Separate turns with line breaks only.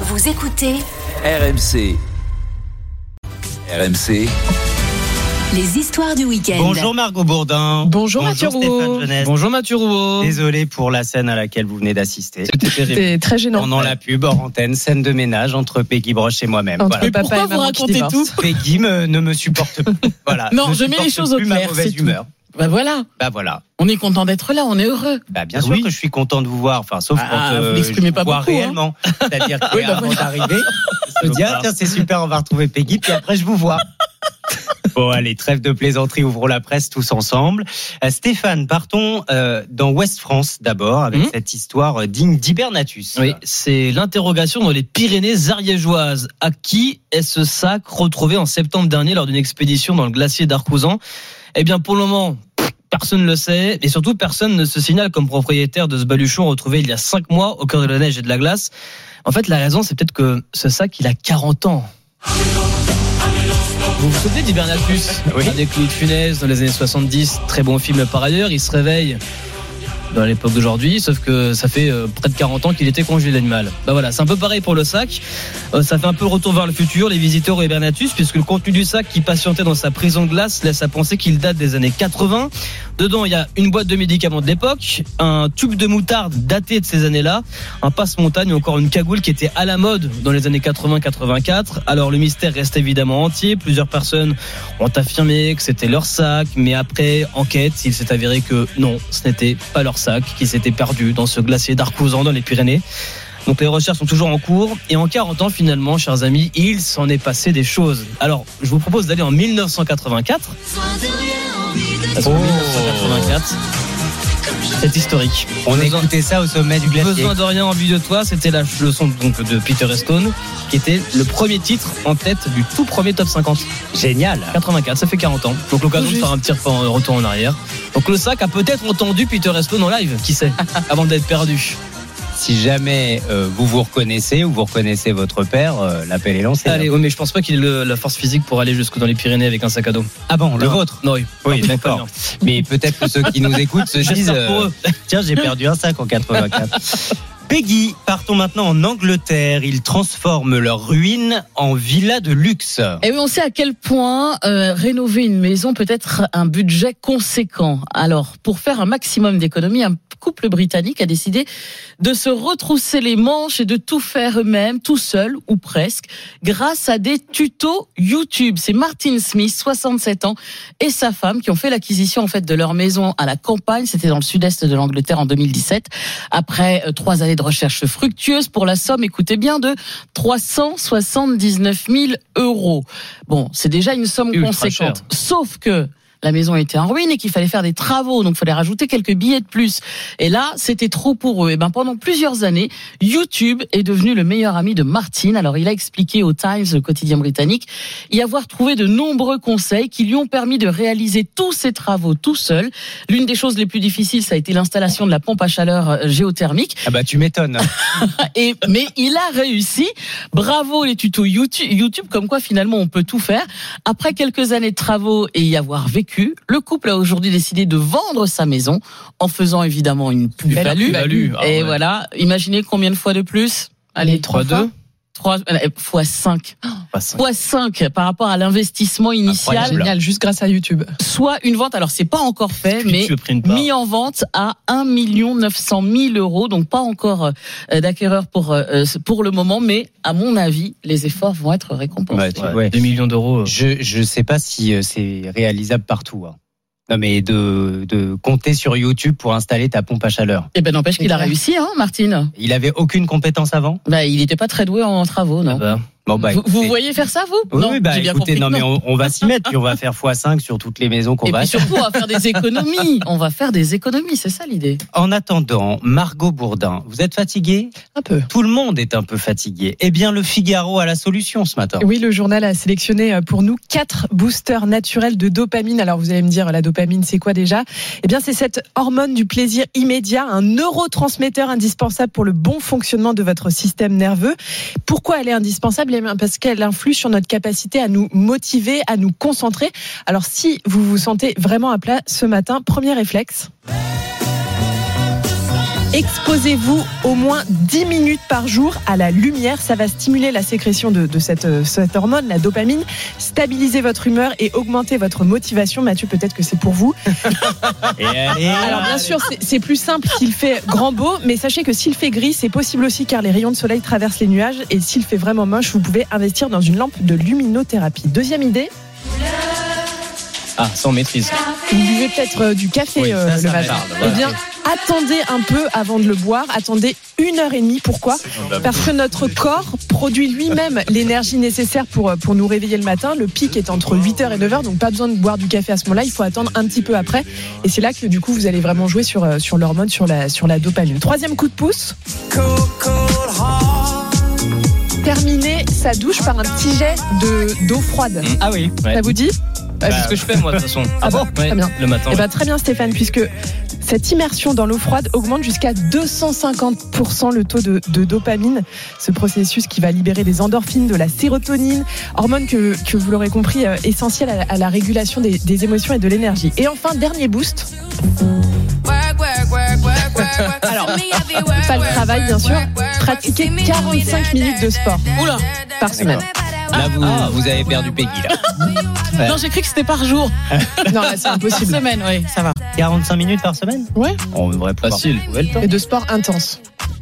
Vous écoutez
RMC. RMC.
les histoires du week-end.
Bonjour Margot Bourdin.
Bonjour, Mathieu
Stéphane
Rouault.
Jeunesse.
Bonjour Mathieu Rouault.
Désolé pour la scène à laquelle vous venez d'assister.
C'était C'était très gênant.
Pendant la pub, hors antenne, scène de ménage entre Peggy Broche et moi-même.
Entre
Voilà.
papa
pourquoi
et
vous
maman
racontez
qui divorcent.
Peggy me- ne me supporte plus. Voilà.
Non,
Ne
je mets les
supporte
choses au
plus ma
clair,
mauvaise
c'est tout.
humeur.
Bah voilà,
Bah voilà.
on est content d'être là, on est heureux.
Bah bien sûr que je suis content de vous voir. Enfin, sauf
Ah,
quand
vous
euh,
l'exprimez
je vous
pas
vois
beaucoup, hein.
réellement. C'est-à-dire que
Oui, bah
Ah, avant
voilà.
d'arriver, je me dis ah tiens c'est super, on va retrouver Peggy. Puis après je vous vois. Bon allez, trêve de plaisanterie, ouvrons la presse tous ensemble. Euh, Stéphane, partons euh, dans Ouest France d'abord avec
Mhm.
cette histoire euh, digne d'Hibernatus.
Oui, c'est l'interrogation dans les Pyrénées ariégeoises. À qui est ce sac retrouvé en septembre dernier lors d'une expédition dans le glacier d'Arcouzan Eh bien, pour le moment, pff, personne ne le sait et surtout personne ne se signale comme propriétaire de ce baluchon retrouvé il y a cinq mois au cœur de la neige et de la glace. En fait, la raison, c'est peut-être que ce sac, il a 40 ans. Vous vous souvenez d'Hibernatus
Oui.
Avec Louis de Funès dans les années 70, très bon film par ailleurs. Il se réveille dans l'époque d'aujourd'hui, sauf que ça fait euh, près de 40 ans qu'il était congelé l'animal. Bah voilà, c'est un peu pareil pour le sac. Euh, ça fait un peu le retour vers le futur, les visiteurs au Hibernatus, puisque le contenu du sac qui patientait dans sa prison de glace laisse à penser qu'il date des années 80. Dedans, il y a une boîte de médicaments de l'époque, un tube de moutarde daté de ces années-là, un passe-montagne ou encore une cagoule qui était à la mode dans les années 80-84. Alors le mystère reste évidemment entier. Plusieurs personnes ont affirmé que c'était leur sac, mais après enquête, il s'est avéré que non, ce n'était pas leur sac qui s'était perdu dans ce glacier d'Arcouzan dans les Pyrénées. Donc les recherches sont toujours en cours et en 40 ans finalement, chers amis, il s'en est passé des choses. Alors, je vous propose d'aller en 1984. Parce que 1984, c'est historique.
On
Besoin-
écoutait ça au sommet du glacier.
Besoin de rien, envie de toi, c'était la leçon donc de Peter Stone, qui était le premier titre en tête du tout premier top 50.
Génial.
84, ça fait 40 ans. Donc l'occasion
Tout
de
juste.
faire un petit repas en- retour en arrière. Donc le sac a peut-être entendu Peter Stone en live, qui sait, avant d'être perdu.
Si jamais euh, vous vous reconnaissez ou vous reconnaissez votre père, euh, l'appel est lancé.
Allez, ouais, mais je pense pas qu'il ait le- la force physique pour aller jusque dans les Pyrénées avec un sac à dos.
ah bon, le
Non.
vôtre.
Non, oui.
Oui,
Non,
d'accord.
pas bien.
Mais peut-être que ceux qui nous écoutent se disent
J'espère pour
euh,
eux.
Tiens, j'ai perdu un sac en 84. Peggy, partons maintenant en Angleterre. Ils transforment leurs ruines en villas de luxe.
Et oui, on sait à quel point euh, rénover une maison peut être un budget conséquent. Alors, pour faire un maximum d'économies, un couple britannique a décidé de se retrousser les manches et de tout faire eux-mêmes, tout seuls ou presque, grâce à des tutos YouTube. C'est Martin Smith, 67 ans, et sa femme qui ont fait l'acquisition en fait de leur maison à la campagne. C'était dans le sud-est de l'Angleterre en 2017, après euh, trois années de recherche fructueuse pour la somme, écoutez bien, de 379 000 euros. Bon, c'est déjà une somme
Ultra
conséquente. Sauf que la maison était en ruine et qu'il fallait faire des travaux, donc il fallait rajouter quelques billets de plus. Et là, c'était trop pour eux. Et ben, pendant plusieurs années, YouTube est devenu le meilleur ami de Martine. Alors, il a expliqué au Times, le quotidien britannique, y avoir trouvé de nombreux conseils qui lui ont permis de réaliser tous ses travaux tout seul. L'une des choses les plus difficiles, ça a été l'installation de la pompe à chaleur euh, géothermique.
Ah bah tu m'étonnes.
Et, mais il a réussi. Bravo les tutos YouTube, YouTube, comme quoi finalement on peut tout faire. Après quelques années de travaux et y avoir vécu, le couple a aujourd'hui décidé de vendre sa maison en faisant évidemment une plus-value.
plus-value, ah
et
ouais.
voilà, imaginez combien de fois de plus Allez,
Trois, deux.
3 euh, fois 5. Fois 5 par rapport à l'investissement initial,
Incroyable.
Génial, juste grâce à YouTube.
soit une vente. Alors c'est pas encore fait, mais
Tu as pris une part.
mis en vente à 1 900 000 euros. Donc pas encore euh, d'acquéreur pour, euh, pour le moment, mais à mon avis, les efforts vont être récompensés.
Ouais,
Ouais,
ouais.
2 millions d'euros. euh,
Je je sais pas si euh, c'est réalisable partout. hein. Non mais de, de compter sur YouTube pour installer ta pompe à chaleur.
Et ben n'empêche qu'il a réussi, hein, Martine.
Il avait aucune compétence avant.
Bah, il n'était pas très doué en travaux, non.
Bah,
Bon bah
vous, vous
écoutez.
voyez faire ça, vous
Oui,
Non,
oui, bah,
j'ai bien
écoutez,
compris
non
que
mais on, on va s'y mettre puis on va faire x5 sur toutes les maisons qu'on
Et
va
puis surtout, on va faire des économies. On va faire des économies, c'est ça l'idée.
En attendant, Margot Bourdin, vous êtes fatiguée
Un peu.
Tout le monde est un peu fatigué. Eh bien, le Figaro a la solution ce matin.
Oui, le journal a sélectionné euh, pour nous quatre boosters naturels de dopamine. Alors vous allez me dire, la dopamine, c'est quoi déjà Eh bien, c'est cette hormone du plaisir immédiat, un neurotransmetteur indispensable pour le bon fonctionnement de votre système nerveux. Pourquoi elle est indispensable Eh bien, Parce qu'elle influe sur notre capacité à nous motiver, à nous concentrer. Alors si vous vous sentez vraiment à plat ce matin, premier réflexe. Exposez-vous au moins 10 minutes par jour à la lumière. Ça va stimuler la sécrétion de, de cette, euh, cette hormone, la dopamine, stabiliser votre humeur et augmenter votre motivation. Mathieu, peut-être que c'est pour vous.
Et allez,
Alors bien
allez.
sûr, c'est- c'est plus simple s'il fait grand beau, mais sachez que s'il fait gris, c'est possible aussi car les rayons de soleil traversent les nuages et s'il fait vraiment moche, vous pouvez investir dans une lampe de luminothérapie. Deuxième idée,
Ah, sans maîtrise.
vous buvez peut-être euh, du café
Oui, ça,
euh,
ça
le matin.
m'énerve, voilà.
Eh bien, attendez un peu avant de le boire, attendez une heure et demie. Pourquoi Parce que notre corps produit lui-même l'énergie nécessaire pour, euh, pour nous réveiller le matin. Le pic est entre 8h et 9h, donc pas besoin de boire du café à ce moment-là. Il faut attendre un petit peu après. Et c'est là que du coup, vous allez vraiment jouer sur, euh, sur l'hormone, sur la, sur la dopamine. Troisième coup de pouce. Terminer sa douche par un petit jet de- d'eau froide.
Ah oui.
Ça vous dit
Ah, c'est ce que je fais moi de toute façon.
Ah bon
Ouais,
Très bien.
Le matin.
Eh
ouais.
ben, très bien Stéphane, puisque cette immersion dans l'eau froide augmente jusqu'à 250% le taux de, de dopamine, ce processus qui va libérer des endorphines, de la sérotonine, hormones que, que vous l'aurez compris, euh, essentielles à, la- à la régulation des, des émotions et de l'énergie. Et enfin, dernier boost,
Alors,
pas le travail bien sûr, pratiquer 45 minutes de sport
Oula.
par semaine.
Là, vous,
Ah.
vous avez perdu Peggy. Là. Ouais.
Non, j'ai cru que c'était par jour.
Non, là, c'est
Par
impossible.
semaine, oui, ça va.
45 minutes par semaine
Ouais.
On devrait pouvoir
Facile.
trouver le temps.
Et de sport intense.